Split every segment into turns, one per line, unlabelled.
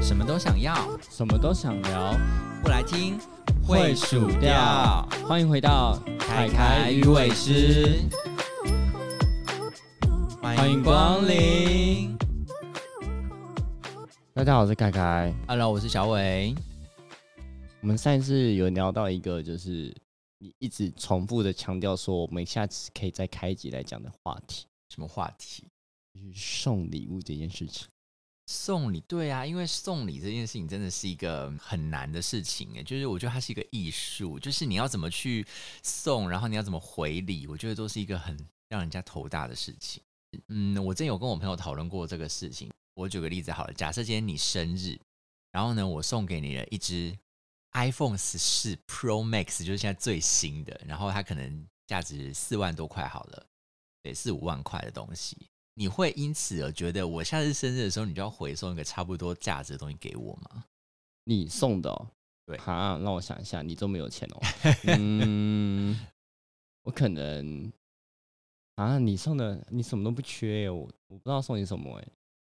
什么都想要，
什么都想聊，
不来听
会数掉。欢迎回到
凯凯鱼尾狮，
欢迎光临。大家好，我是凯凯。
Hello，我是小伟。
我们上一次有聊到一个，就是你一直重复的强调说，我们下次可以再开一集来讲的话题，
什么话题？
就是送礼物这件事情。
送礼，对啊，因为送礼这件事情真的是一个很难的事情哎，就是我觉得它是一个艺术，就是你要怎么去送，然后你要怎么回礼，我觉得都是一个很让人家头大的事情。嗯，我之前有跟我朋友讨论过这个事情。我举个例子好了，假设今天你生日，然后呢，我送给你了一只 iPhone 十四 Pro Max，就是现在最新的，然后它可能价值四万多块好了，对，四五万块的东西，你会因此而觉得我下次生日的时候，你就要回送一个差不多价值的东西给我吗？
你送的、哦，
对
哈，让我想一下，你这么有 钱哦，嗯，我可能啊，你送的，你什么都不缺耶，我我不知道送你什么哎，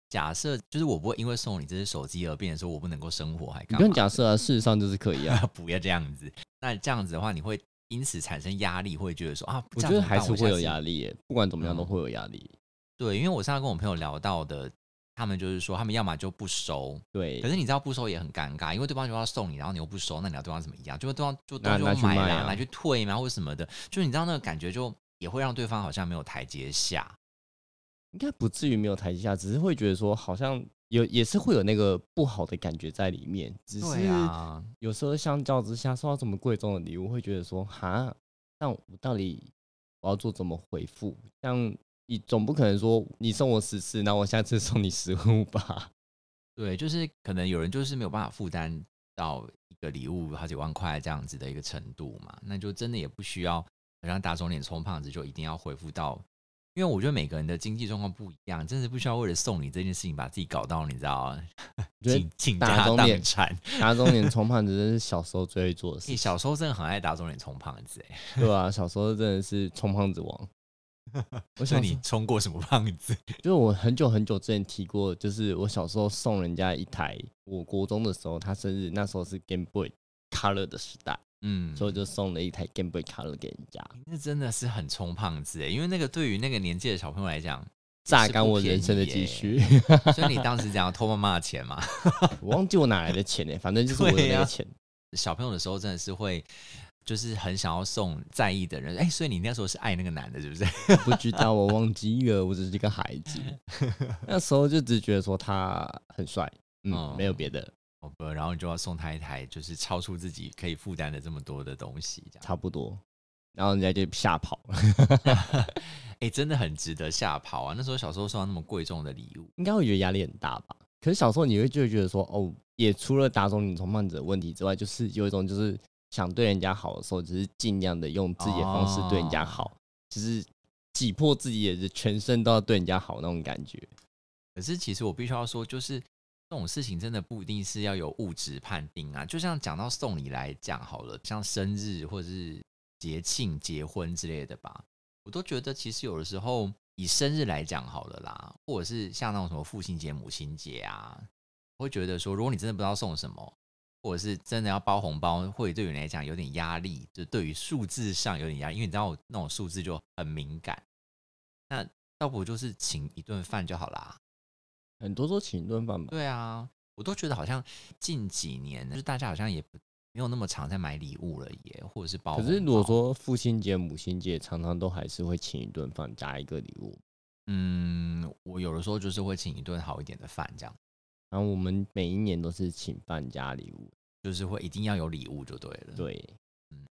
假设就是我不会因为送你这只手机而变成说我不能够生活，还
你
干
不用
嘛？
假设啊，事实上就是可 以啊，
不要这样子。那这样子的话，你会因此产生压力，会觉得说啊，
我觉得还是会有
力。
压力耶，不管怎么样都
嗯
会有压力，
对，因为我上次跟我朋友聊到的，他们就是说他们要么就不收，
对
可，是你知道不收也很尴尬，因为对方就要送你，然后你又不收，那你要对方怎么样？就对方就
拿
东西
拿
就
去
买
卖
啦，
啊
拿去退嘛，或者什么的，就你知道那个感觉就也会让对方好像没有台阶下。
应该不至于没有台阶下，只是会觉得说好像有也是会有那个不好的感觉在里面，只是
对啊，
有时候相较之下收到这么贵重的礼物，会觉得说哈，那我到底我要做怎么回复？像你总不可能说你送我十次，那我下次送你十物吧？
对，就是可能有人就是没有办法负担到一个礼物好几万块这样子的一个程度嘛，那就真的也不需要好像打肿脸充胖子，就一定要恢复到，因为我觉得每个人的经济状况不一样，真的不需要为了送你这件事情把自己搞到你知道
我觉得
倾倾
打
家
肿
荡
脸
产。
打肿脸充胖子真是小时候最会做的
你
事，
小时候真的很爱打肿脸充胖子、欸，
对啊？小时候真的是充胖 子王。我
我想
想
你 充过什么胖 子？
就是我很久很久之前提过，就是我小时候送人家一台，我国中的时候他生日，那时候是 Game Boy Color 的时代，
嗯，
所以我就送了一台 Game Boy Color 给人家，
那真的是很充胖子、欸，因为那个对于那个年纪的小朋友来讲，
榨干我人生的积蓄。
所以你当时怎样偷妈妈的钱嘛？
我忘记我哪来的钱呢、反正就是我的
对
那
呀
个钱。
小朋友的时候真的是会，就是很想要送在意的人。哎、所以你那时候是爱那个男的，是不是？
不知道，我忘记了，我只是一个孩子。那时候就只觉得说他很帅，嗯，
哦
没有别的，
好吧然后你就要送他一台，就是超出自己可以负担的这么多的东西，这样。
差不多。然后人家就吓跑了，
哎、真的很值得吓跑啊！那时候小时候送到那么贵重的礼物，
应该会觉得压力很大吧？可是小时候你会就会觉得说，哦，也除了打肿你从胖子的问题之外，就是有一种就是想对人家好的时候，只是尽量的用自己的方式对人家好，就是挤破自己也是全身都要对人家好那种感觉。
可是其实我必须要说，就是这种事情真的不一定是要有物质判定啊。就像讲到送礼来讲好了，像生日或者是节庆、结婚之类的吧，我都觉得其实有的时候以生日来讲好了啦，或者是像那种什么父亲节、母亲节啊，我会觉得说，如果你真的不知道送什么。或者是真的要包红包，会对你来讲有点压力，就对于数字上有点压力，因为你知道我那种数字就很敏感。那要不就是请一顿饭就好啦，
很多都请一顿饭吧。
对啊，我都觉得好像近几年就是大家好像也不没有那么常在买礼物了耶，或者是包
可
红包。
是如果说父亲节、母亲节，常常都还是会请一顿饭加一个礼物。
嗯，我有的时候就是会请一顿好一点的饭，这样
然后我们每一年都是请饭加礼物。
就是会一定要有礼物就对了。，
对，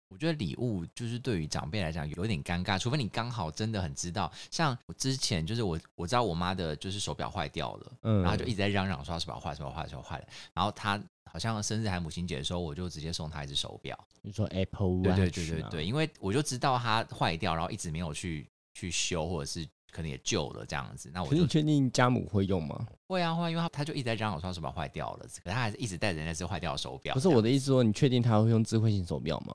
我觉得礼物就是对于长辈来讲有点尴尬，除非你刚好真的很知道。像我之前就是我我知道我妈的就是手表坏掉了，
嗯，
然后她就一直在嚷嚷说她手表坏了，手表坏了，手表坏了。然后她好像生日还母亲节的时候，我就直接送她一只手表。
你说 Apple Watch，、
对
啊、
对对对对，因为我就知道它坏掉，然后一直没有去去修，或者是可能也旧了这样子。那我
可是
就
你确定家母会用吗？
会啊会啊，因为他他就一直在嚷我说他手表坏掉了，可是他还是一直戴着那只坏掉的手表。
不是我的意思说，你确定她会用智慧型手表吗？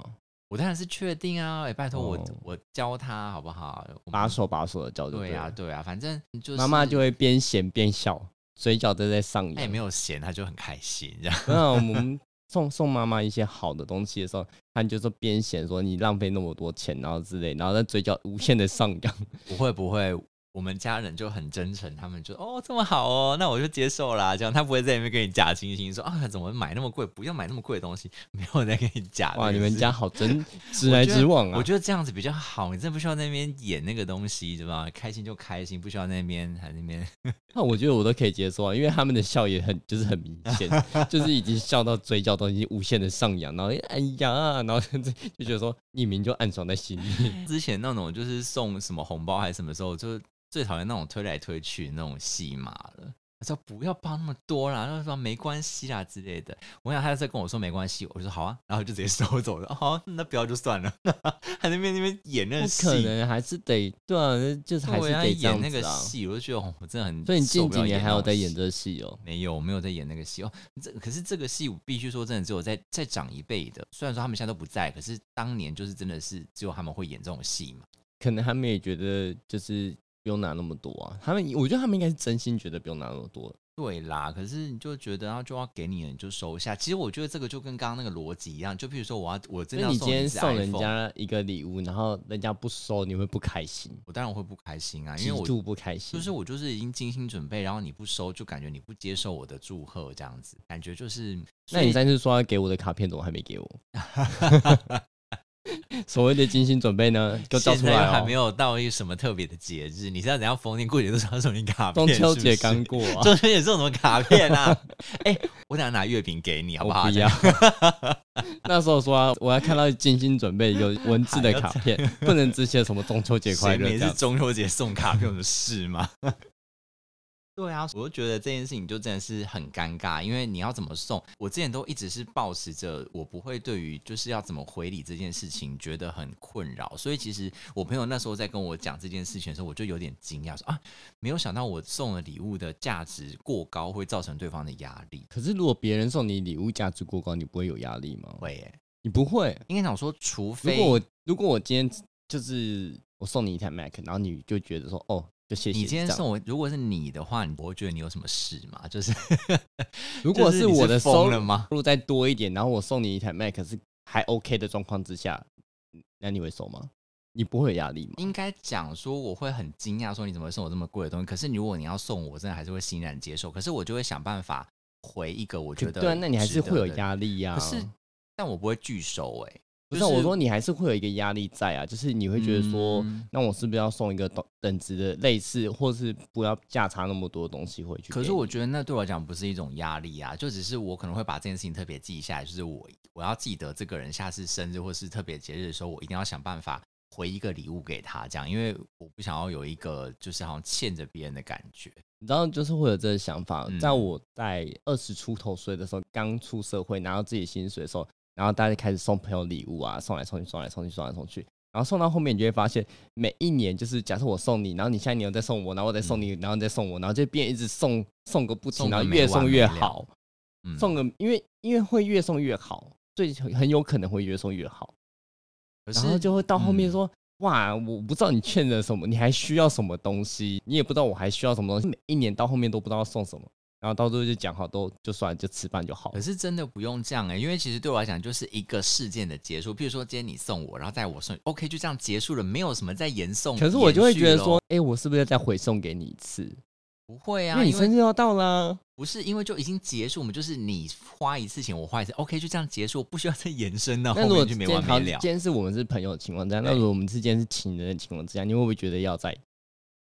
我当然是确定啊！哎、拜托我、
哦
我教他好不好？我们
把手把手的教就
对
呀、
啊对啊，反正就是
妈妈就会边嫌边笑，嘴角都在上扬。
哎他也没有闲，他就很开心这样。
那我们送送妈妈一些好的东西的时候，她就说边嫌说你浪费那么多钱，然后之类，然后她嘴角无限的上 扬。
不会不会，我们家人就很真诚，他们就哦这么好哦，那我就接受啦。这样他不会在那边跟你假惺惺说啊怎么买那么贵，不要买那么贵的东西， 没有在跟你假。
哇，你们家好 真直
啊我
来
觉
直
得
往啊
我！觉得这样子比较好，你真的不需要在那边演那个东西，对吧？开心就开心，不需要在那边还那边。
那我觉得我都可以接受啊，因为他们的笑也很就是很明显，就是已经笑到嘴角都已经无限的上扬，然后哎呀，然后就觉得说你明就暗爽在心 里。
之前那种就是送什么红包还是什么时候，就最讨厌那种推来推去那种戏码了。他说不要包那么多啦，他说没关系啦之类的。我想他在跟我说没关系，我就说好啊，然后就直接收走了。哦好啊、那不要就算了， 还在那边那边演那
不
个
可
戏，
能，还是得对啊，就是还是
对啊，
得这
演
样
那个
子啊。
戏，我就觉得哦，我真的很受不
所
了那
以
种
你
戏。
近几年还有在演这戏哦？
没有，我没有在演那个戏哦。这可是这个戏，我必须说，真的只有在在长一辈的，虽然说他们现在都不在，可是当年就是真的是只有他们会演这种戏嘛。
可能他们也觉得就是不用拿那么多啊。他们我觉得他们应该是真心觉得不用拿那么多。
对啦，可是你就觉得啊他就要给你了，你就收下。其实我觉得这个就跟刚刚那个逻辑一样，就譬如说我要我
所
真
以
的要
你今天
一只
送人
iPhone，
家一个礼物，然后人家不收，你会不开心，
我当然会不开心啊，因
极
为我
度不开心。
就是我就是已经精心准备，然后你不收，就感觉你不接受我的祝贺，这样子感觉就是。
那
所
你
以
上次说要给我的卡片怎么还没给我？ 所谓的精心准备呢，给我交
现
出
在
来、
又
哦。
还没有到一个什么特别的节日，你知道怎样逢年过节都是要送你卡片，
中秋
是不
节
是
刚过 啊，
中秋节送什么卡片 啊？哎、我等下拿月饼给你，好不好？
我不要。 那时候说、啊、我要看到精心准备有文字的卡片，不能只写什么中秋节快
谁 每
乐这
次
样。
中秋节送卡片的事 吗？对啊，我就觉得这件事情就真的是很尴尬，因为你要怎么送，我之前都一直是保持着我不会对于就是要怎么回礼这件事情觉得很困扰，所以其实我朋友那时候在跟我讲这件事情的时候，我就有点惊讶，说啊，没有想到我送的礼物的价值过高会造成对方的压力。
可是如果别人送你礼物价值过高，你不会有压力吗？
会耶，
你不会。
应该讲说，除非
如果我如果我今天就是我送你一台 Mac，然后你就觉得说哦，就谢谢
你今天
这样
送我，如果是你的话，你不会觉得你有什么事吗？ 就是
如果
就是你
我的
是疯
收
了
入
吗？
再多一点，然后我送你一台 Mac 是还 OK 的状况之下，那你会收吗？你不会有压力吗？
应该讲说我会很惊讶，说你怎么会送我这么贵的东西？可是如果你要送我，我真的还是会欣然接受。可是我就会想办法回一个我觉得
对啊，那你还是
值得
会有
的，
压力啊呀、
可是但我不会拒收哎、
不
就是
我说，你还是会有一个压力在啊，就是你会觉得说，
嗯
那我是不是要送一个等等值的类似，或是不要价差那么多的东西回去给你？
可是我觉得那对我来讲不是一种压力啊，就只是我可能会把这件事情特别记下来，就是我我要记得这个人下次生日或是特别节日的时候，我一定要想办法回一个礼物给他，这样，因为我不想要有一个就是好像欠着别人的感觉。
你知道，就是会有这个想法。
嗯
在我在二十出头岁的时候，刚出社会拿到自己薪水的时候，然后大家开始送朋友礼物啊，送来送去，送来送去，送来送去。然后送到后面，你就会发现，每一年就是假设我送你，然后你下一年又再送我，然后我再送你，然后你再送我，然后就变一直送送个不停，
嗯送个
然后
没
越送越
完没了
好，
嗯，
送个因为因为会越送越好，最很有可能会越送越好，
可
然后
是
就会到后面
嗯
说。哇，我不知道你欠了什么，你还需要什么东西，你也不知道我还需要什么东西，每一年到后面都不知道送什么，然后到最后就讲好都就算了就吃饭就好
可。是真的不用这样哎、因为其实对我来讲就是一个事件的结束。譬如说今天你送我，然后在我送，OK，就这样结束了，没有什么再延送。
可是我就会
延续
觉得
咯
说，哎、我是不是要再回送给你一次？
不会
因
啊，
为你
因为
生日要到啦。
不是因为就已经结束，我们就是你花一次钱，我花一次，OK，就这样结束，不需要再延伸到
那
后
如果
面就
今
没
天
完
好，
没
今
了。
天是我们是朋友的情况之下，那
对
如果我们之间是情人的情况之下，你会不会觉得要再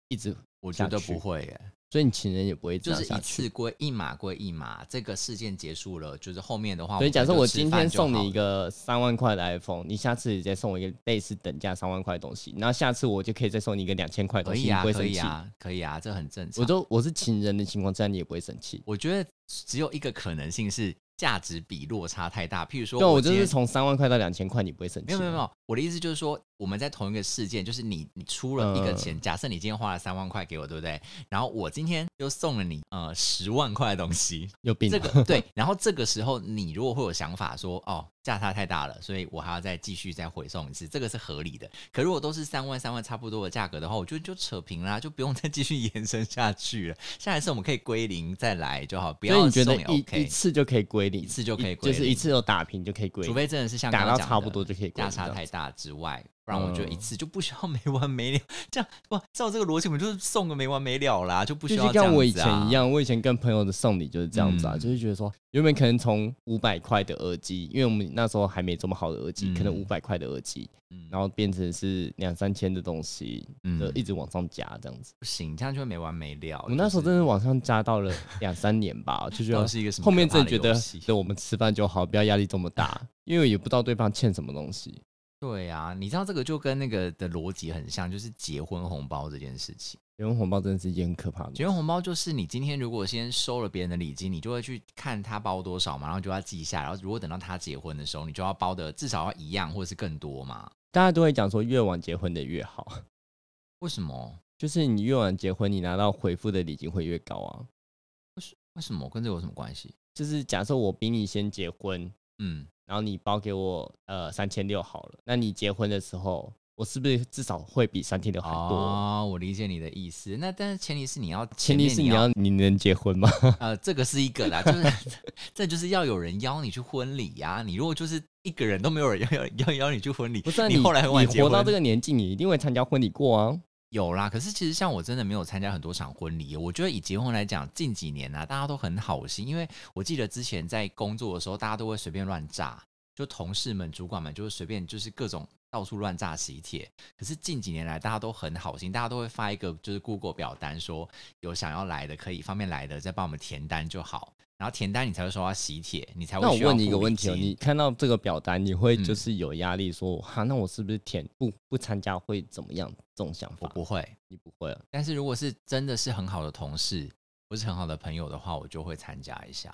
一直？
我觉得
下去
不会耶，
所以你情人也不会
就
这样
是
下
一
去。
次归一码归一码，这个事件结束了，就是后面的话，
所以假设
我
我
们就吃
今
饭
天
就好
送你
了，
一个三万块的 iPhone，你下次也再送我一个类似等价三万块的东西，然后下次我就可以再送你一个两千块的
可
东西，
以
你
啊，
不会
可
生
以
气。
啊，可以啊，这很正常。
我都我是情人的情况之下，你也不会生气。
我觉得只有一个可能性是价值比落差太大。譬如说，
对，啊我
今
就
天
是从三万块到两千块，你不会生
没
气？啊
有没有没，有，我的意思就是说，我们在同一个事件，就是你你出了
嗯
一个钱，假设你今天花了三万块给我，对不对？然后我今天又送了你呃十万块的东西，
有病啊。
这个对。然后这个时候，你如果会有想法说，哦，价差太大了，所以我还要再继续再回送一次，这个是合理的。可如果都是三万三万差不多的价格的话，我觉得就扯平啦，就不用再 继续延伸下去了。下一次我们可以归零再来就好，不
所以
要
你觉
送
得
也
一一
OK，
次就可以归零，一
次就可以归
就是
零
一次有打平就可以归零，
除非真的是像
打
刚刚
到
讲
差
的
不多就可以归
价
零。
差
这样
太大之外，不然我觉得一
嗯
次就不需要 没完没了。这样哇，照这个逻辑，我们就是送个没完没了啦，就不需
就
要
是
这样
跟
子啊
我以前一。样，我以前跟朋友的送礼就是这样子啊，
嗯
就是觉得说原本可能从五百块的耳机，因为我们那时候还没这么好的耳机，
嗯
可能五百块的耳机，
嗯
然后变成是两三千的东西，
嗯
就一直往上加这样子。
不行，这样就会没完没了。
我那时候
就
真
是
的往上加到了两三年吧，就
不
觉
知道
得
是一个什么
后面
可怕
真
的
的觉得
游戏，
对我们吃饭就好，不要压力这么大，因为也不知道对方欠什么东西。
对啊，你知道这个就跟那个的逻辑很像，就是结婚红包这件事情。
结婚红包真的是一件很可怕的。
结婚红包就是你今天如果先收了别人的礼金，你就会去看他包多少嘛，然后就要记下来。然后如果等到他结婚的时候，你就要包的至少要一样或者是更多嘛？
大家都会讲说，越晚结婚的越好，
为什么？
就是你越晚结婚，你拿到回复的礼金会越高啊。
为什么跟这有什么关系？
就是假设我比你先结婚，
嗯，
然后你包给我呃三千六好了，那你结婚的时候，我是不是至少会比三千六还多？
哦，我理解你的意思。那但是前提是你要，
前提是
前面
你
你
要你能结 婚吗？
呃，这个是一个啦，就是这就是要有人邀你去婚礼呀、你如果就是一个人都没有人要要要邀你去婚礼，
不是、啊、
你后来很
你
晚结
活
婚
到这个年纪，你一定会参加婚礼过啊。
有啦。可是其实像我真的没有参加很多场婚礼，我觉得以结婚来讲，近几年啊，大家都很好心，因为我记得之前在工作的时候，大家都会随便乱炸，就同事们、主管们就会随便就是各种。到处乱炸喜帖，可是近几年来大家都很好心，大家都会发一个就是 Google 表单说有想要来的可以方便来的再帮我们填单就好，然后填单你才会收到喜帖，你才会
那我
需要
问你一
付
个
礼
问题哦，
金
你看到这个表单，你会
嗯
就是有压力说，哈、那我是不是填不不参加会怎么样？这种想
我
法
不会，
你不会啊？
但是如果是真的是很好的同事，或是很好的朋友的话，我就会参加一下；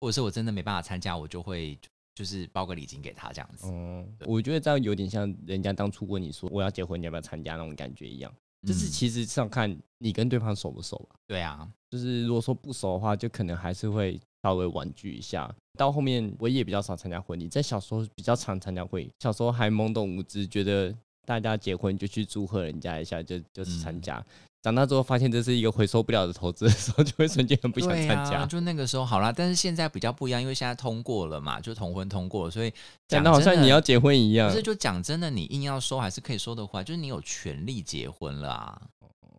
或者是我真的没办法参加，我就会就是包个礼金给他这样子。
嗯，我觉得这样有点像人家当初问你说我要结婚，你要不要参加那种感觉一样。就是
嗯
其实是要看你跟对方熟不熟吧。
对啊，
就是如果说不熟的话，就可能还是会稍微婉拒一下。到后面我也比较少参加婚礼，在小时候比较常参加婚礼，小时候还懵懂无知，觉得大家结婚就去祝贺人家一下，就就是
嗯
参加。长大之后发现这是一个回收不了的投资的时候，就会瞬间很不想
对
参加。
啊，就那个时候好啦。但是现在比较不一样，因为现在通过了嘛，就同婚通过了，所以
讲
讲
的好
真
像
的
你要结婚一样
不。是就讲真的，你硬要收还是可以收得回来，就是你有权利结婚了啊。
哦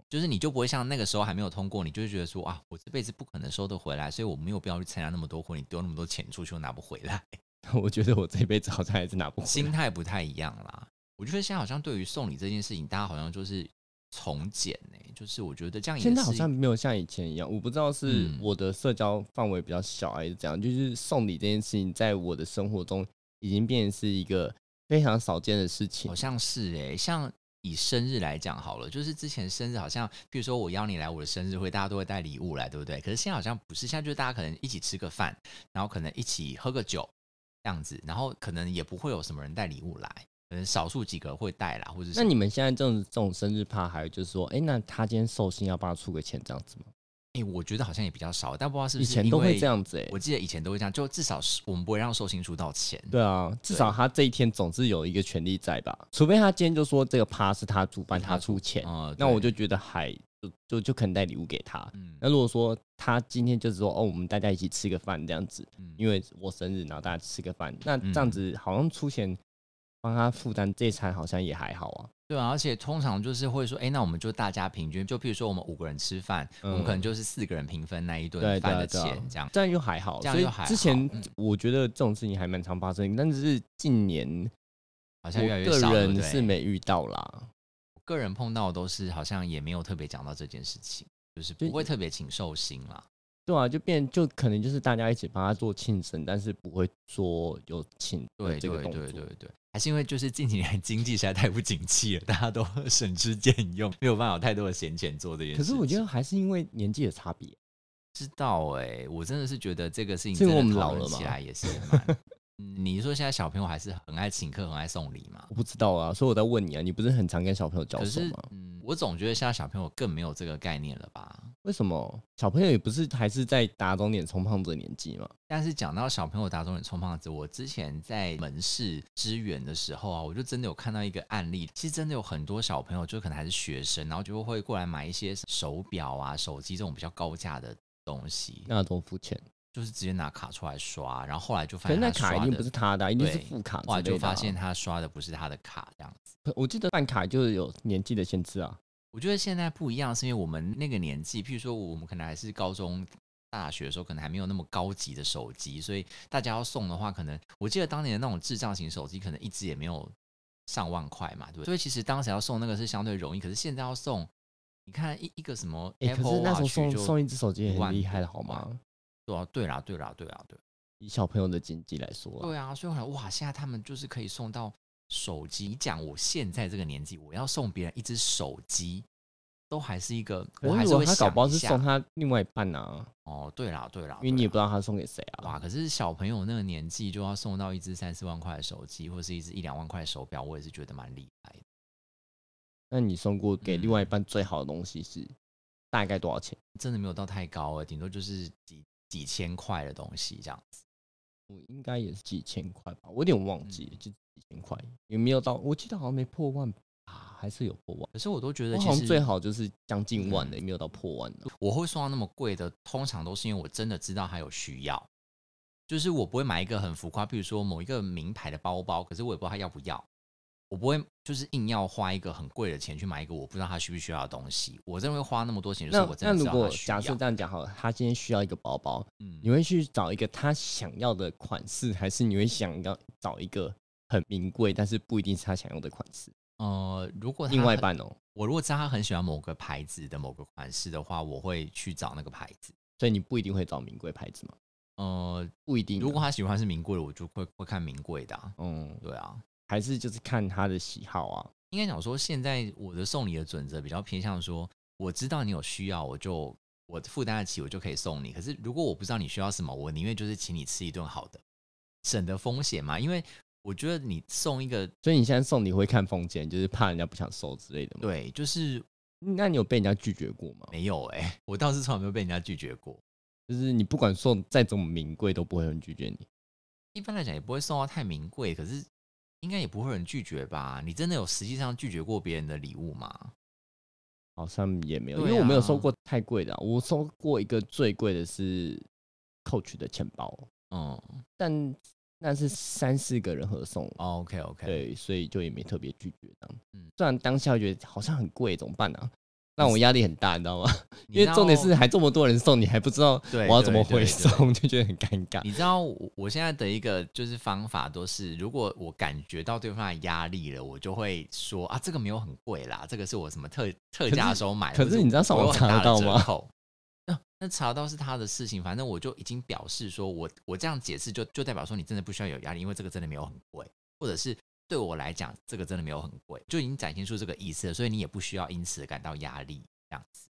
就是你就不会像那个时候还没有通过，你就会觉得说啊，我这辈子不可能收得回来，所以我没有必要去参加那么多婚礼，丢那么多钱出去我拿不回来。
我觉得我这辈子好像还是拿不回
心
来。
态不太一样啦。我觉得现在好像对于送礼这件事情，大家好像就是从简呢、就是我觉得这样也是
现在好像没有像以前一样，我不知道是
嗯
我的社交范围比较小还是怎样。就是送礼这件事情，在我的生活中已经变成是一个非常少见的事情
好。像是哎、像。以生日来讲好了，就是之前生日好像，比如说我邀你来我的生日会，大家都会带礼物来，对不对？可是现在好像不是，现在就是大家可能一起吃个饭，然后可能一起喝个酒这样子，然后可能也不会有什么人带礼物来，可能少数几个会带啦，或者是
那你们现在这种这种生日趴，还有就是说，哎、那他今天寿星要帮他出个钱这样子吗？
哎、我觉得好像也比较少，但不知道是不
以
是
前
因
都会
为
这，样子哎、
我记得以前都会这样，就至少是我们不会让寿星出到钱，
对啊，至少他这一天总是有一个权利在吧？除非他今天就说这个趴是他主办，
是他
他出钱，
嗯，
那我
对
就觉得还就就就可能带礼物给他。
嗯
那如果说他今天就是说哦，我们大家一起吃个饭这样子，
嗯
因为我生日，然后大家吃个饭，那这样子好像出钱帮他负担这一餐，好像也还好啊。
对啊，而且通常就是会说，哎、那我们就大家平均，就比如说我们五个人吃饭，我们可能
嗯
就是四个人平分那一顿
对对
饭
啊
的
对啊
钱，这样。
这样又还好，
这样
所以
又还好
之前
嗯
我觉得这种事情还蛮常发生，但是近年
好
我
像越来越
个
少，对不
人
对
是没遇到啦。
我个人碰到的都是好像也没有特别讲到这件事情，就是
就
不会特别请寿星啦。
对啊，就变就可能就是大家一起帮他做庆生，但是不会说有请
对
呃这
对
个动
对
作。
对对，还是因为就是近几年经济实在太不景气了，大家都 省吃俭用，没有办法有太多的闲钱做这件事
可
情。
是我觉得还是因为年纪的差别，啊
知道哎、我真的是觉得这个事情
是因
真
为
的
我们
讨
老
论
了
起
吗
来也 是蛮。嗯你说现在小朋友还是很爱请客，很爱送礼嘛？
我不知道啊，所以我在问你啊，你不是很常跟小朋友交
可
手
是
吗？，
嗯，我总觉得现在小朋友更没有这个概念了吧？
为什么小朋友也不是还是在打肿脸充胖子的年纪嘛？
但是讲到小朋友打肿脸充胖子，我之前在门市支援的时候啊，我就真的有看到一个案例，其实真的有很多小朋友，就可能还是学生，然后就会过来买一些手表啊、手机这种比较高价的东西，
那多付钱？
就是直接拿卡出来刷，然后后来就发
可
现
是那
哎他
卡一
刷
定不
的
是他的啊、一定是
对
副卡之
后来
类的啊、
就发现他刷的不是他的卡，这样子。
可，我记得办卡就是有年纪的限制啊。
我觉得现在不一样，是因为我们那个年纪，譬如说我们可能还是高中、大学的时候，可能还没有那么高级的手机，所以大家要送的话，可能我记得当年的那种智障型手机，可能一支也没有上万块嘛，对不对？所以其实当时要送那个是相对容易，可是现在要送，你看一一个什么
哎、可
Apple
是那时候
Watch
送
就
送一只手机也
五
很
万
厉害的
多
好吗？
对啊，对啦，对啦，对啦，对，
以小朋友的经济来说啊、
对啊，所以后来哇，现在他们就是可以送到手机。你讲我现在这个年纪，我要送别人一只手机，都还是一个，
可
我还
是
是
如果
会
他搞
想
不好
一
是
下
送他另外一半啊，
哦，对啦，对啦，
因为你也
对
不知
啦
道他送给谁啊。
哇，可是小朋友那个年纪就要送到一只三四万块的手机，或是一只一两万块的手表，我也是觉得蛮厉害的。
那你送过给另外一
嗯
半最好的东西是大概多少钱？
真的没有到太高了，顶多就是几几千块的东西这样子。
我应该也是几千块吧，我有点忘记了，
嗯
就几千块，也没有到，我记得好像没破万吧，还是有破万。
可是我都觉得
我
其
好像
实嗯
最好就是将近万的，也没有到破万的。
我会送到那么贵的，通常都是因为我真的知道它有需要，就是我不会买一个很浮夸，比如说某一个名牌的包包，可是我也不知道他要不要，我不会就是硬要花一个很贵的钱去买一个我不知道他需不需要的东西。我真的会花那么多钱，就是
那
我真
那
的知
如
道
果
他需
假
要。
设这样讲好了，他今天需要一个包包，
嗯
你会去找一个他想要的款式，还是你会想要找一个很名贵，但是不一定是他想要的款 式？
呃，如果他
另外一
很
半哦、
我如果知道他很喜欢某个牌子的某个款式的话，我会去找那个牌子。
所以你不一定会找名贵牌子嘛？
呃，
不一定啊、
如果他喜欢是名贵的，我就会会看名贵的、啊。
嗯，
对啊，
还是就是看他的喜好啊。
应该讲说，现在我的送礼的准则比较偏向说，我知道你有需要，我就我负担得起，我就可以送你。可是如果我不知道你需要什么，我宁愿就是请你吃一顿好的，省得风险嘛。因为我觉得你送一个，
所以你现在送礼会看风险，就是怕人家不想收之类的嘛。
对，就是
那你有被人家拒绝过吗？
没有哎、我倒是从来没有被人家拒绝过。
就是你不管送再怎么名贵，都不会有人拒绝你。
一般来讲也不会送到太名贵，可是应该也不会有人拒绝吧？你真的有实际上拒绝过别人的礼物吗？
好像也没有，因
对
为我没有收
啊
过太贵的啊、我收过一个最贵的是 Coach 的钱包，
嗯
但那是三四个人合送，
，OK OK，，
对，所以就也没特别拒绝这样。
嗯
虽然当下觉得好像很贵，怎么办啊？让我压力很大，你知道吗？
你
因为
知
重点
道
是还这么多人送，你还不知道我
对
要怎么
对对对
回送， 就觉得很尴尬。
你知道我我现在的一个就是方法都是，如果我感觉到对方的压力了，我就会说啊，这个没有很贵啦，这个是我什么 特特价的时候买的，
可是
或者
你知道上网
我有很大
查得到
的折
吗
扣？那那查到是他的事情，反正我就已经表示说我我这样解释就就代表说你真的不需要有压力，因为这个真的没有很贵，或者是对我来讲这个真的没有很贵，就已经展现出这个意思了，所以你也不需要因此感到压力。这样子，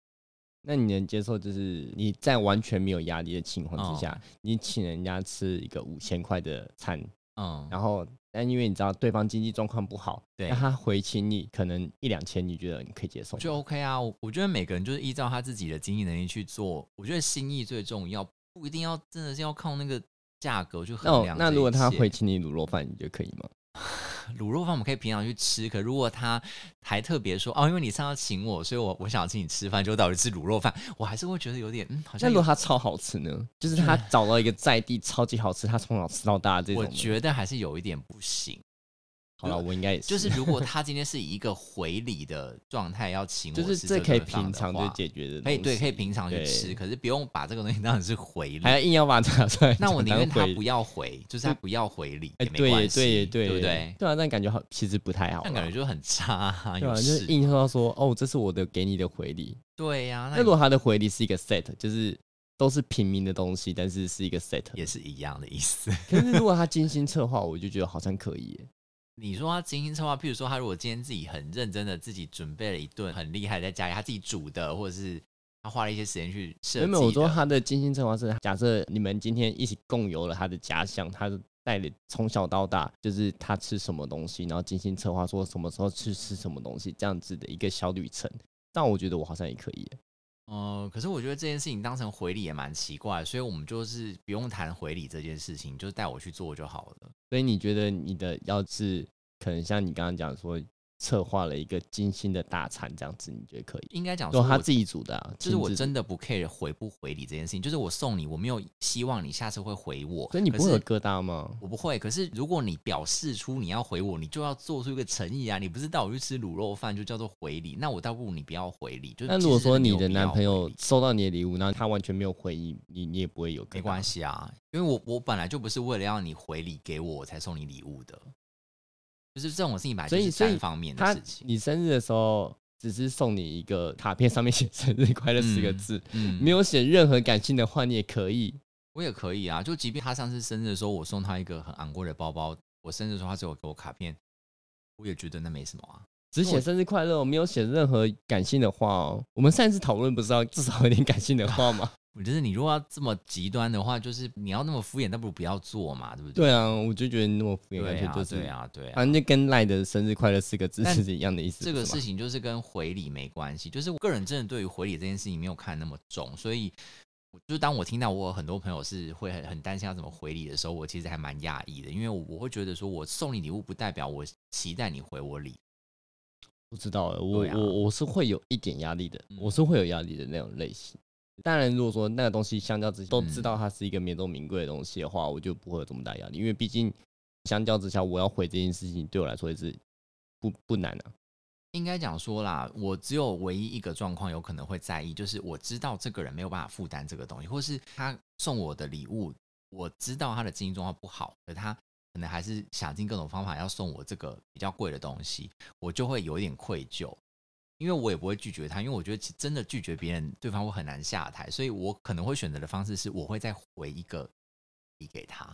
那你能接受，就是你在完全没有压力的情况之下，
哦
你请人家吃一个五千块的餐，
嗯，
然后但因为你知道对方经济状况不好，
对
那他回请你可能一两千，你觉得你可以接
我
受吗？
觉得 OK 啊，我我觉得每个人就是依照他自己的经济能力去做，我觉得心意最重要，不一定要真的是要靠那个价格去
那
衡
我
量这一切。
哦那如果他回请你卤肉饭，你觉得可以吗？
卤肉饭，我们可以平常去吃，可如果他还特别说哦，因为你上次请我，所以我我想请你吃饭，就导致吃卤肉饭，我还是会觉得有点嗯，好
那
像
如果
有
他超好吃呢？就是 他找到一个在地超级好吃，他从小吃到大的这种
我
呢。
觉得还是有一点不行。
好了，我应该也是，
就是如果他今天是以一个回礼的状态要请我
就
吃
是这
这
可以
顿饭
平
的
常就
话
解决的东
可以
西，
对，可以平常去
对
吃，可是不用把这个东西当成是回礼，
还要硬要把它拿出来。
那我宁愿他
要。
不要回，就是他不要回礼
哎、
也没
对耶，
关系，
对耶，
对
耶
不对？
对啊，但感觉好，其实不太好啦，
但感觉就很差、啊，
对啊，
有
就是
事
硬说说哦，这是我的给你的回礼。
对呀、那
那如
你
果他的回礼是一个 set，就是都是平民的东西，但是是一个 set，
也是一样的意思。
可是如果他精心策划，我就觉得好像可以耶。
你说他精心策划，譬如说他如果今天自己很认真的自己准备了一顿很厉害，在家里他自己煮的，或者是他花了一些时间去设
没
计
有
的。
没有，我说他的精心策划是，假设你们今天一起共游了他的家乡，他就带了从小到大，就是他吃什么东西，然后精心策划说什么时候去吃什么东西，这样子的一个小旅程。但我觉得我好像也可以耶，
哦，可是我觉得这件事情当成回礼也蛮奇怪，所以我们就是不用谈回礼这件事情，就是带我去做就好了。
所以你觉得你的要是可能像你刚刚讲说，策划了一个精心的大餐这样子，你觉得可以？
应该讲
就
说
他
我
自己煮的、啊，
就是我
亲自煮
真的不 care 回不回礼这件事情，就是我送你，我没有希望你下次会回我。
所以你
可
不会有
是
疙瘩吗？
我不会，可是如果你表示出你要回我，你就要做出一个诚意啊！你不是带我去吃卤肉饭就叫做回礼，那我倒不如你不要回礼。就是
那
其
如果
实
说
真没
你
有
的
必
男
要
朋
回
友
礼
收到你的礼物，然后他完全没有回应你，你也不会有疙瘩
没关系啊，因为我我本来就不是为了让你回礼给我我才送你礼物的，就是这种事情本来就
所以
是
所以
单方面的
他
事情。
你生日的时候只是送你一个卡片，上面写“生日快乐”四个
嗯
字，
嗯
没有写任何感性的话，你也可以。
我也可以啊，就即便他上次生日的时候，我送他一个很昂贵的包包，我生日的时候他只有给我卡片，我也觉得那没什么啊。
只
我
写生日快乐，我哦没有写任何感性的话哦。我们上一次讨论不是要至少有点感性的话 吗？
我觉得你如果要这么极端的话，就是你要那么敷衍，倒不如不要做嘛，对不对？
对啊，我就觉得你那么敷
对
衍，感
啊
觉，就是
对，啊，对啊。
反正就跟赖的“生日快乐”四个字
但
是一样的意思。
这
不
个
是
事
吗
情就是跟回礼没关系，就是我个人真的对于回礼这件事情没有看那么重，所以我就当我听到我有很多朋友是会很很担心要怎么回礼的时候，我其实还蛮讶异的，因为我我会觉得说我送你礼物不代表我期待你回我礼，
不知道欸，我、
对啊
我我是会有一点压力的，
嗯
我是会有压力的那种类型。当然，如果说那个东西相较之下都
嗯
知道它是一个免中名贵的东西的话，我就不会有这么大压力，因为毕竟相较之下，我要回这件事情对我来说也是不不难啊。
应该讲说啦，我只有唯一一个状况有可能会在意，就是我知道这个人没有办法负担这个东西，或是他送我的礼物，我知道他的经济状况不好，可他可能还是想尽各种方法要送我这个比较贵的东西，我就会有一点愧疚，因为我也不会拒绝他，因为我觉得其真的拒绝别人，对方会很难下台，所以我可能会选择的方式是我会再回一个礼给他。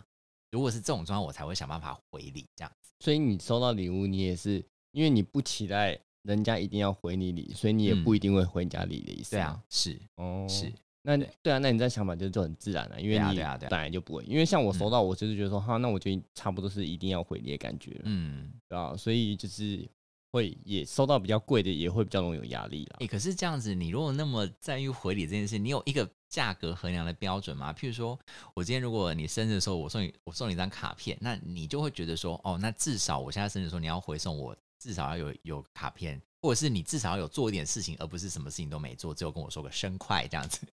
如果是这种状况，我才会想办法回礼这样。
所以你收到礼物，你也是因为你不期待人家一定要回你礼，所以你也
嗯
不一定会回人家礼的意思。
对啊，，是
哦，
是。
那
对
对啊，那你这样想法就就很自然了、因为
对啊
你
对啊对啊
本来就不会。因为像我收
嗯
到，我就是觉得说，哈，那我觉得差不多是一定要回礼的感觉。
嗯。
对啊，所以就是会也收到比较贵的，也会比较容易有压力啦
哎、。可是这样子，你如果那么在意回礼这件事，你有一个价格衡量的标准吗？譬如说，我今天如果你生日的时候，我送你我送你一张卡片，那你就会觉得说，哦，那至少我现在生日的时候，你要回送我，至少要有有卡片，或者是你至少要有做一点事情，而不是什么事情都没做，只有跟我说个生快这样子。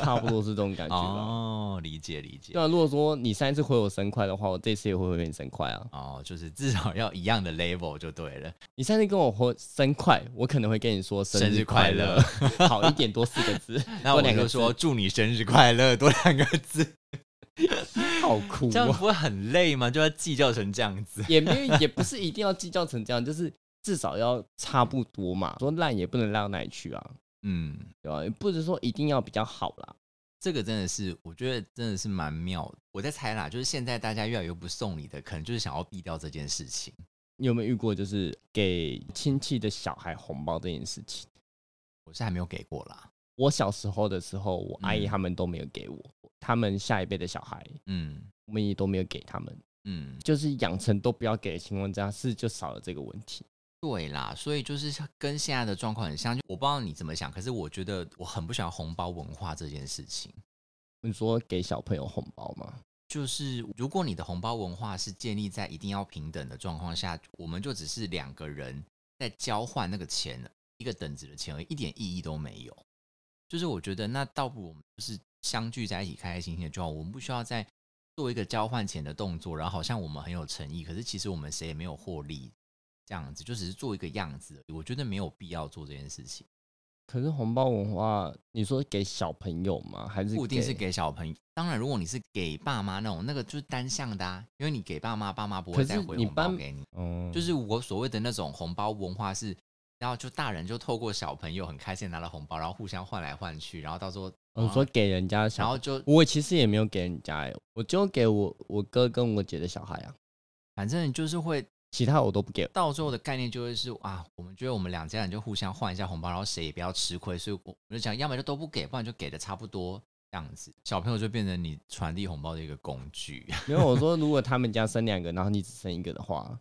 差不多是这种感觉吧。
哎哦，理解理解
对。啊，如果说你上一次回我生快的话，我这次也会回你生快啊。
哦，就是至少要一样的 level 就对了。
你上次跟我回生快，我可能会跟你说
生日
日
快，
快乐，好一点多四个字
那
多
我
两个
就
字
说祝你生日快乐，多两个 字，
好 酷
这样
哦，
不会很累吗？就要计较成这样子。
也没有也不是一定要计较成这样，就是至少要差不多嘛。说烂也不能烂到哪里去啊，
嗯，
对吧、不是说一定要比较好啦。
这个真的是，我觉得真的是蛮妙的。我在猜啦，就是现在大家越来越不送礼的，可能就是想要避掉这件事情。
你有没有遇过就是给亲戚的小孩红包这件事情？
我是还没有给过啦。
我小时候的时候，我阿姨
嗯
他们都没有给我，他们下一辈的小孩，
嗯
我们也都没有给他们，
嗯，
就是养成都不要给的情况之下，是就少了这个问题。
对啦，所以就是跟现在的状况很像。就我不知道你怎么想，可是我觉得我很不喜欢红包文化这件事情。
你说给小朋友红包吗？
就是如果你的红包文化是建立在一定要平等的状况下，我们就只是两个人在交换那个钱，一个等值的钱而已，一点意义都没有。就是我觉得那倒不如我们就是相聚在一起开开心心的就好，我们不需要再做一个交换钱的动作，然后好像我们很有诚意，可是其实我们谁也没有获利，这样子就只是做一个样子而已，我觉得没有必要做这件事情。
可是红包文化，你说给小朋友吗？还是
不一定是？给小朋友，当然如果你是给爸妈那种，那个就是单向的啊，因为你给爸妈，爸妈不
可
会
是
再回
你
红包
帮
给你。
嗯，
就是我所谓的那种红包文化是，然后就大人就透过小朋友很开心地拿了红包，然后互相换来换去，然后到时候，
我哦说给人家的小
啊然
孩，
后就
我其实也没有给人家、欸，我就给我我哥跟我姐的小孩啊。
反正就是会
其他我都不 get。
到最后的概念就会是啊，我们觉得我们两家人就互相换一下红包，然后谁也不要吃亏，所以我我就讲，要么就都不给，不然就给的差不多这样子。小朋友就变成你传递红包的一个工具。
没有，我说如果他们家生两个，然后你只生一个的话，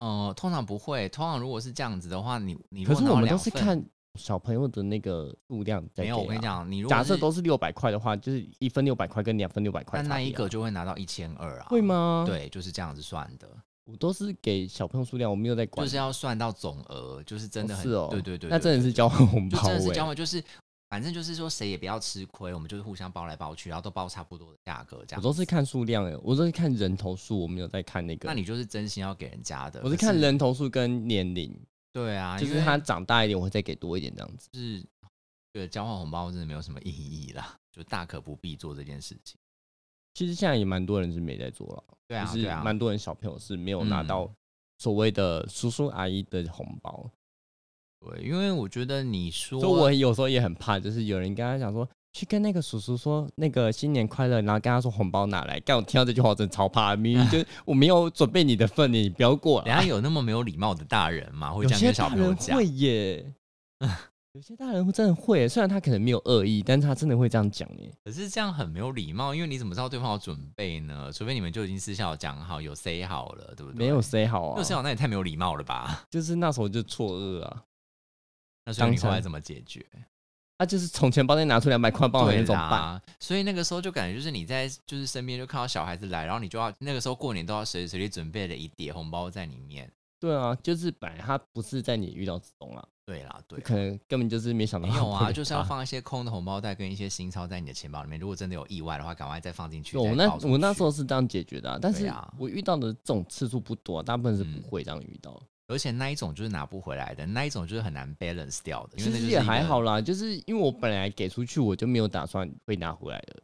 呃，通常不会，通常如果是这样子的话，你你如
可
果
是
拿
我
到
们都
两
是
份
看小朋友的那个数量在、啊
没有，我跟你，讲，你如果
假设
是
都是六百块的话，就是一分六百块跟两分六百块
但
差别啊，
那一个就会拿到一千二啊，
会？吗？，
对，就是这样子算的，
我都是给小朋友数量，我没有在管，
就是要算到总额，就是真的
哦
很，
是哦
对对对，
那
对
真的
对
是
对
交换红
就
包、
真的
欸，
是交换，就是反正就是说谁也不要吃亏，我们就是互相包来包去，然后都包差不多的价格这样。
我都是，看数量诶、欸我都是看人头数，我没有在看那个。
那你就是真心要给人家的。
我是
可
看，人头数跟年龄，
对啊，
就是
因为
他长大一点，我会再给多一点这样子。
是对交换红包真的没有什么意义啦，就大可不必做这件事情。
其实现在也蛮多人是没在做了，
对啊，
就
对
是
啊，
蛮多人小朋友是没有拿
嗯
到所谓的叔叔阿姨的红包，
对，因为我觉得你说，
所以我有时候也很怕，就是有人跟他讲说。去跟那个叔叔说那个新年快乐，然后跟他说红包拿来。干我听到这句话，我真的超怕，明 明就我没有准备你的份，你不要过
人
来。
家有那么没有礼貌的大人吗？会
有
这样
些
跟小
大
朋友
人
讲
会？ 耶，有些大人会真的会耶，虽然他可能没有恶意，但是他真的会这样讲耶。
可是这样很没有礼貌，因为你怎么知道对方有准备呢？除非你们就已经私下有讲好，有 say 好了，对不对？
没有 say 好
没有
啊
say，好，那也太没有礼貌了吧？
就是那时候就错愕啊，
那所以你
当
后
场
来怎么解决？
他就是从钱包内拿出两百块帮我
对
那种办，
啦，所以那个时候就感觉就是你在就是身边就看到小孩子来，然后你就要那个时候过年都要随时随地准备了一叠红包在里面。
对啊，就是本来他不是在你遇到之中啊，
对啦，对啦
可能根本就是没想到
没有
会
啊，
给
就是要
他。
放一些空的红包袋跟一些新钞在你的钱包里面。如果真的有意外的话，赶快再放进去。
对我
再
那
包出
我那
去
时候，是这样解决的、啊，但
对
是
啊
我遇到的这种次数不多、啊大部分是
嗯
不会这样遇到。
而且那一种就是拿不回来的，那一种就是很难 balance 掉的。因为
其
那
实
就是一
也
个
还好啦，就是因为我本来给出去，我就没有打算会拿回来的。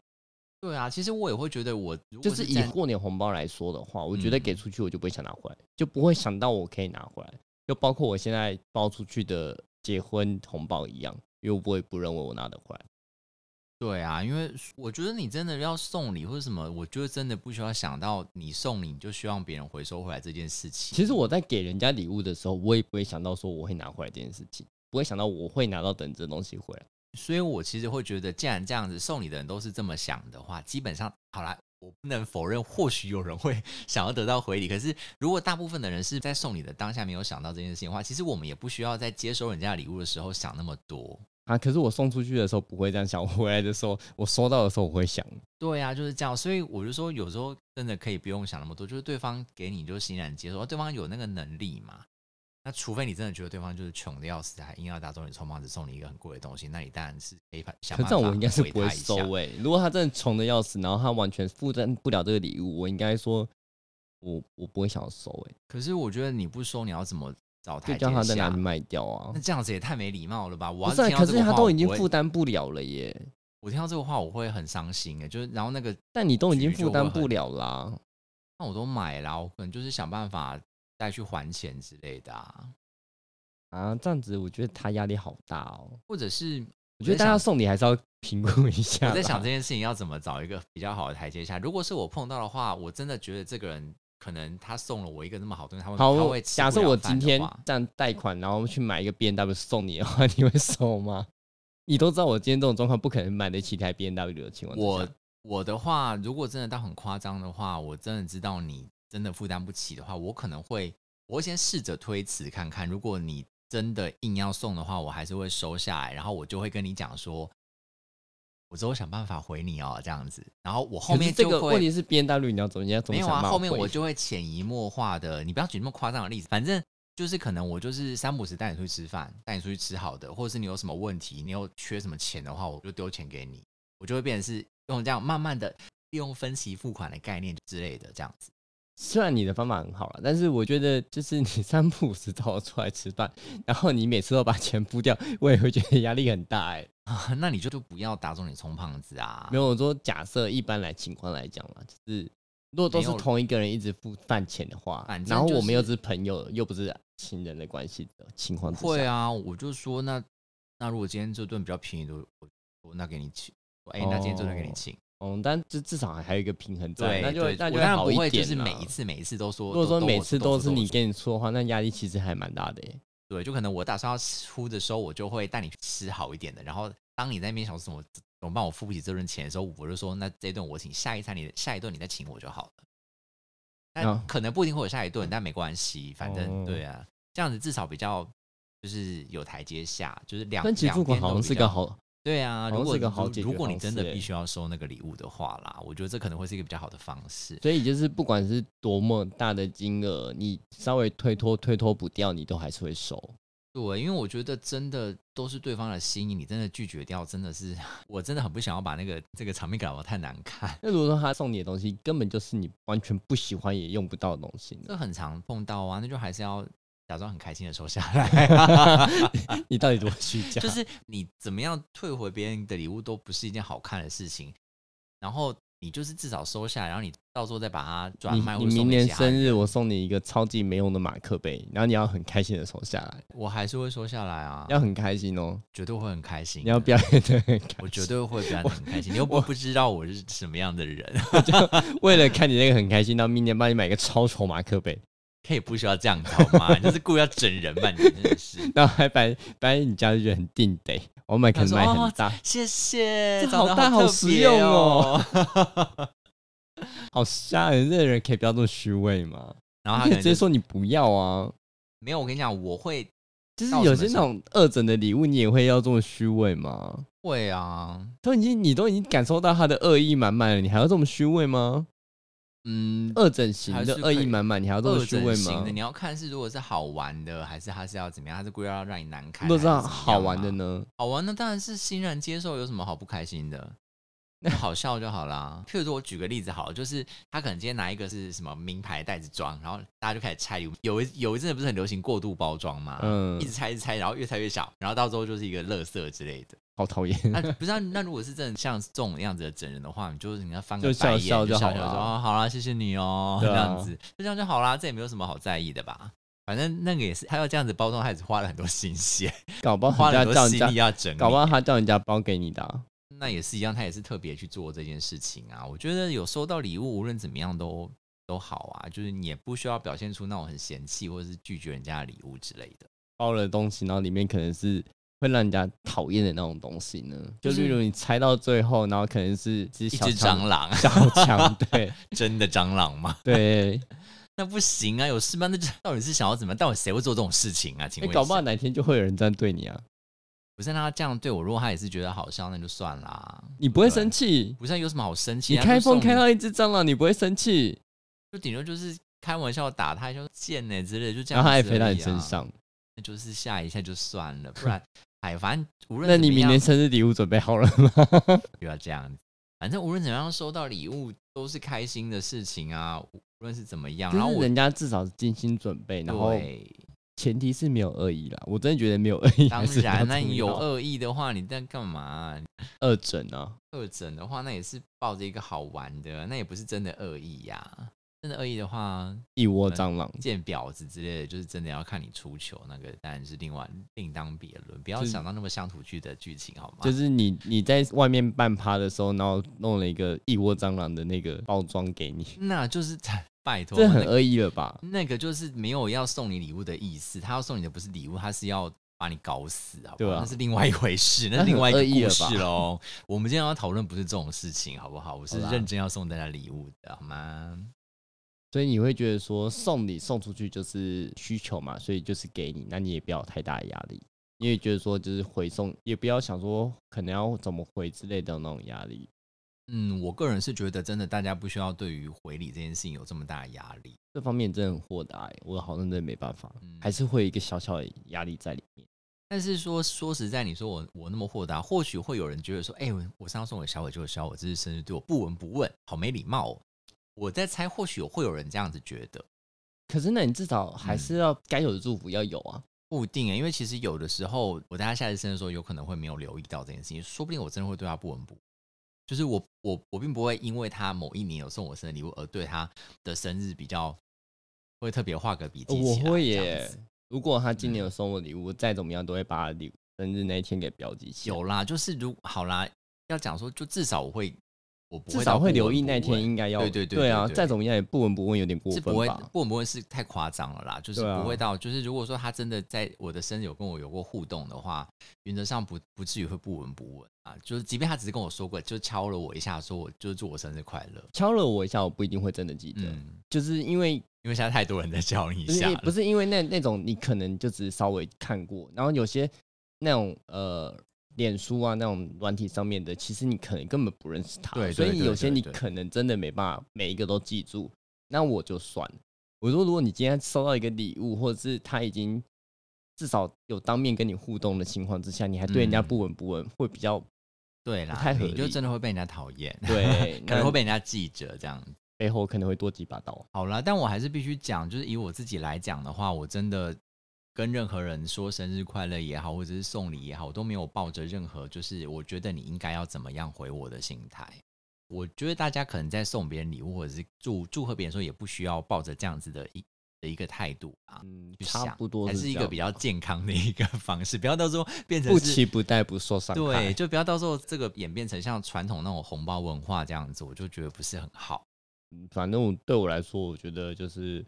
对啊，其实我也会觉得我如果
就是以
站
过年红包来说的话，我觉得
嗯
给出去我就不会想拿回来，就不会想到我可以拿回来。就包括我现在包出去的结婚红包一样，因为我不会不认为我拿得回来。
对啊，因为我觉得你真的要送礼或者什么，我觉得真的不需要想到你送礼你就希望别人回收回来这件事情。
其实我在给人家礼物的时候，我也不会想到说我会拿回来这件事情，不会想到我会拿到等值的东西回来。
所以我其实会觉得，既然这样子送礼的人都是这么想的话，基本上好啦，我不能否认，或许有人会 想要得到回礼。可是，如果大部分的人是在送礼的当下没有想到这件事情的话，其实我们也不需要在接收人家礼物的时候想那么多。
啊，可是我送出去的时候不会这样想，我回来的时候，我收到的时候我会想，
对啊，就是这样。所以我就说，有时候真的可以不用想那么多，就是对方给你你就欣然接受，哦对方有那个能力嘛。那除非你真的觉得对方就是穷的要死，还硬要打肿你臭帽子送你一个很贵的东西，那你当然是可以想
可
办
这
法
样我应该是
回
不会
他一下
收欸诶、如果他真的穷的要死，然后他完全负担不了这个礼物，我应该说我我不会想要收诶、
可是我觉得你不收，你要怎么找
就
台阶
叫他在哪
下
里？卖掉啊
那？这样子也太没礼貌了吧！我
不
要
是、啊，
听
可
到这
是
个
他
话，
都已经
我
负
会
担不了了耶。
我听到这个话，我会很伤心哎、就是然后那个
但你都已经
局就
负担
会很
不了啦，
那我都买了，啊我可能就是想办法再去还钱之类的啊，
啊，这样子我觉得他压力好大哦。
或者是
我觉得
在
大家
想
送礼还是要评估一下。
我在想这，件事情要怎么找一个比较好的台阶下。如果是我碰到的话，我真的觉得这个人可能他送了我一个那么好东西，他会他
好，
会吃
假
不
设
了
我
饭
今
的
天
话
这样贷款，然后去买一个 B N W 送你的话， 你会收吗？你都知道我今天这种状况不可能买得起台 B N W 的情况之
我
下，
我的话，如果真的到很夸张的话，我真的知道你真的负担不起的话，我可能会，我会先试着推辞看看。如果你真的硬要送的话，我还是会收下来，然后我就会跟你讲说，我之后想办法回你哦，这样子。然后我后
可
面
是这
就
个
会
问题是 B N W 你要怎么样？怎
没
么
有
想
啊，
办法
后面
回
我就会潜移默化的，你不要举那么夸张的例子，反正就是可能我就是三不五时带你出去吃饭，带你出去吃好的，或者是你有什么问题，你有缺什么钱的话，我就丢钱给你，我就会变成是用这样慢慢的利用分期付款的概念之类的这样子。
虽然你的方法很好了，但是我觉得就是你 三不五时找我出来吃饭，然后你每次都把钱付掉，我也会觉得压力很大哎、
那你就就不要打肿你充胖子啊！
没有，我说假设一般来情况来讲嘛，就是如果都是
没有
同一个人一直付饭钱的话，
反正
然后
就
我们又
是
是朋友，又不是亲人的关系的情况之下，
会啊，我就说那那如果今天这顿比较便宜的，我我那给你请，哎、那今天这顿给你
哦
请，
嗯，但至至少还还有一个平衡在，
对，
那就
对
那就
我当然
好
不
一
会就
点
是
啦
每一次每一次都说，
如果说
都
每次都是你
给，
跟你说的话，那压力其实还蛮大的耶。
对，就可能我打算要出的时候，我就会带你去吃好一点的。然后当你在那边想说怎么怎么办，我付不起这顿钱的时候，我就说那这一顿我请，下一餐你下一顿你再请我就好了。那
啊
可能不一定会有下一顿，但没关系，反正、
哦
对啊，这样子至少比较就是有台阶下，就是两。
但其实
两
付款
边都
好像是
比
个
较
好，
对啊，
好像
如果
是个
你
好
如
解
如
决
果你
方
真的
式欸
必须要收那个礼物的话啦，我觉得这可能会是一个比较好的方式。
所以就是不管是多么大的金额，你稍微推脱推脱不掉，你都还是会收。
对，因为我觉得真的都是对方的心意，你真的拒绝掉，真的是 我真的很不想要把那个这个场面搞得太难看。
那如果说他送你的东西根本就是你完全不喜欢也用不到的东西呢，
这很常碰到啊，那就还是要假装很开心的收下来。啊
你到底多虚 假？
就是你怎么样退回别人的礼物都不是一件好看的事情，然后你就是至少收下来，然后你到时候再把它转卖
你
或
你
者
明
送给
年
其他人
生日我送你一个超级没用的马克杯，然后你要很开心的收下来，
我还是会收下来啊，
要很开心哦，
绝对会很开心的。
你要表演的很开
我绝
心。
对会表演得很开心，你又不不知道我是什么样的人，
为了看你那个很开心，到明年帮你买一个超丑马克杯，
可以不需要这样子好吗？你就是故意要整人吧，你真的 是。
然后还摆摆你家就觉得很定得，我买可能买很大，
哦谢谢，
这
长得
好大
好
好
特
实
别
用
哦
哦。好吓人！这个人可以不要这么虚伪吗？
然后他可
你可以
能
直接
就
说你不要啊，
没有，我跟你讲，我会
就是
到
有
什么
些那
时候
种二整的礼物，你也会要这么虚伪吗？
会啊，
都已经你都已经感受到他的恶意满满了，你还要这么虚伪吗？
嗯，
二整型
还
的
是
恶
可以
意满满，你还要这么
二
虚
整
伪
型
吗
的，？你要看是如果是好玩的，还是他是要怎么样？他是故意要让你难堪，
都知
还
道
是怎么样
好玩的
嘛，
呢，
好玩的当然是欣然接受，有什么好不开心的？那好笑就好啦。譬如说，我举个例子好了，就是他可能今天拿一个是什么名牌袋子装，然后大家就开始拆礼物。有一有一阵子不是很流行过度包装嘛，
嗯
啊一直拆一直拆，然后越拆越小，然后到最后就是一个垃圾之类的。
好讨厌。
那、不是 啊、那如果是真的像这种样子的整人的话，你就是你要翻个
就笑
白眼，
笑
就
就
笑
好
笑
啦
说哦，好啦，谢谢你哦，
对
这
啊
样子就这样就好啦，这也没有什么好在意的吧。反正那个也是，他要这样子包装，他也是花了很多心 血，
搞不好
花了
人
很多
家叫
心
人
力啊要
家，
整理。
搞不好他叫人家包给你的啊、
那也是一样，他也是特别去做这件事情啊。我觉得有收到礼物，无论怎么样都都好啊，就是你也不需要表现出那种很嫌弃或者是拒绝人家的礼物之类的。
包了东西，然后里面可能是会让人家讨厌的那种东西呢。就
就是
例如你猜到最后，然后可能是只
一
小
只蟑
强，
螂，
小强，对
真的蟑螂吗？
对。
那不行啊，有事吗？那这到底是想要怎么样？到底谁会做这种事情啊？请
哎、
问一下、
搞不好哪天就会有人这样对你啊，
不是让他这样对我，如果他也是觉得好笑，那就算啦。
你不会
对
生气。
不是有什么好生气？啊
你开
封
封开到一只蟑螂，你不会生气，
就顶多就是开玩笑打他一下贱呢之类的，就这样、
然后他还飞到你身，上。
啊那就是吓一下就算了，不然 哎，反正无论
那
怎么
你明
样
年生日礼物准备好了吗？
不要这样子，反正无论怎么样收到礼物都是开心的事情啊，无论是怎么样，
就
然后
是
我
人家至少是精心准备，然后
对。
前提是没有恶意啦。我真的觉得没有恶意，
当
还是要
然，那
注
你
意
有
到
恶意的话，你在干嘛、
二整啊？
恶整的话，那也是抱着一个好玩的，那也不是真的恶意呀、真的恶意的话，
一窝蟑螂，
见婊子之类的，就是真的要看你出糗，那个当然是另外另当别论，不要
就是
想到那么乡土剧的剧情好吗？
就是你你在外面办趴的时候，然后弄了一个一窝蟑螂的那个包装给你，
那就是拜托，
这很
那个
恶意了吧？
那个就是没有要送你礼物的意思，他要送你的不是礼物，他是要。把你搞死，好不
对
好？
啊
那是另外一回 事，那
那
是另
很
外一个
恶意
故
了吧
事喽。我们今天要讨论不是这种事情，好不好？我是
好啦
认真要送大家礼物的，好吗？
所以你会觉得说送礼送出去就是需求嘛，所以就是给你，那你也不要有太大的压力，你也觉得说就是回送，也不要想说可能要怎么回之类的那种压力，
嗯，我个人是觉得，真的大家不需要对于回礼这件事情有这么大的压力。
这方面真的很豁达、欸，我好像真的没办法，
嗯
还是会有一个小小的压力在里面。
但是说说实在，你说我我那么豁达，或许会有人觉得说，哎、我我上次送给小伟就是小伟，这是生日对我不闻不问，好没礼貌哦。我在猜，或许有会有人这样子觉得，
可是那你至少还
嗯
是要该有的祝福要有啊，
不一定欸因为其实有的时候我在他下一次生日的时候，有可能会没有留意到这件事情，说不定我真的会对他不闻不问。就是我我我并不会因为他某一年有送我生日礼物而对他的生日比较会特别画个笔记、
呃我会耶
耶。。
如果他今
嗯
年有送我礼物，再怎么样都会把礼物生日那一天给标记起来。
有啦，就是如好啦，要讲说，就至少我会，我不
至
会
少
到
会
不
留
闻
意
不
那天
问
应该要
对对对
对啊，
对对
再怎么样也不闻不问有点过
是
分
不会
吧？
不闻不问是太夸张了啦，就是
对啊
不会到，就是如果说他真的在我的生日有跟我有过互动的话，原则上不不至于会不闻不问啊，就是即便他只是跟我说过，就敲了我一下，说我就是祝我生日快乐，
敲了我一下，我不一定会真的记得，
嗯，
就是因为
因为现在太多人在 敲你一
不是
下
因
了，
不是因为那那种你可能就只是稍微看过，然后有些那种呃脸书啊那种软体上面的，其实你可能根本不认识他，
对对
所以
对
有些
对
你
对
可能真的没办法每一个都记住，那我就算了。我说，如果你今天收到一个礼物，或者是他已经至少有当面跟你互动的情况之下，你还对人家
嗯
不闻不问，会比较
对啦，
不太合
你就
理
真的会被人家讨厌，
对，
可能
那
会被人家记着这样子
背后可能会多几把刀。
好啦，但我还是必须讲，就是以我自己来讲的话，我真的跟任何人说生日快乐也好，或者是送礼也好，我都没有抱着任何就是我觉得你应该要怎么样回我的心态。我觉得大家可能在送别人礼物或者是祝祝贺别人的时候，也不需要抱着这样子的一的一个态度啊。
嗯，
去
差
想
不多
还是一个
这样啊
比较健康的一个 方式，不要到时候变成
不
是
期不待，不受伤害。
对，就不要到时候这个演变成像传统那种红包文化这样子，我就觉得不是很好。
嗯反正我对我来说，我觉得就是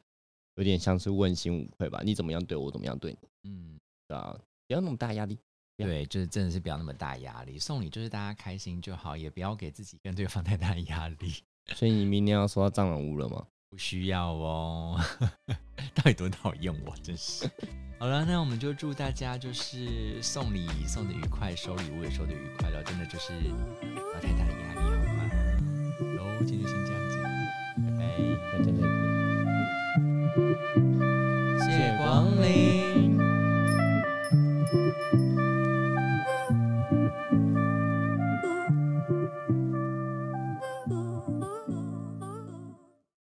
有点像是问心无愧吧。你怎么样对我，我怎么样对你，
嗯，
对啊，不要那么大压力。对啊
对，就是真的是不要那么大压力，送礼就是大家开心就好，也不要给自己跟对方太大压力，
所以你明年要收到蟑螂屋了吗？
不需要哦。 到底多讨厌我，真是。好了，那我们就祝大家就是送礼送的愉快，收礼物也收的愉快了，真的就是不要太大的压力，好吗？喽，今天就先这样子，拜拜。
大家再见。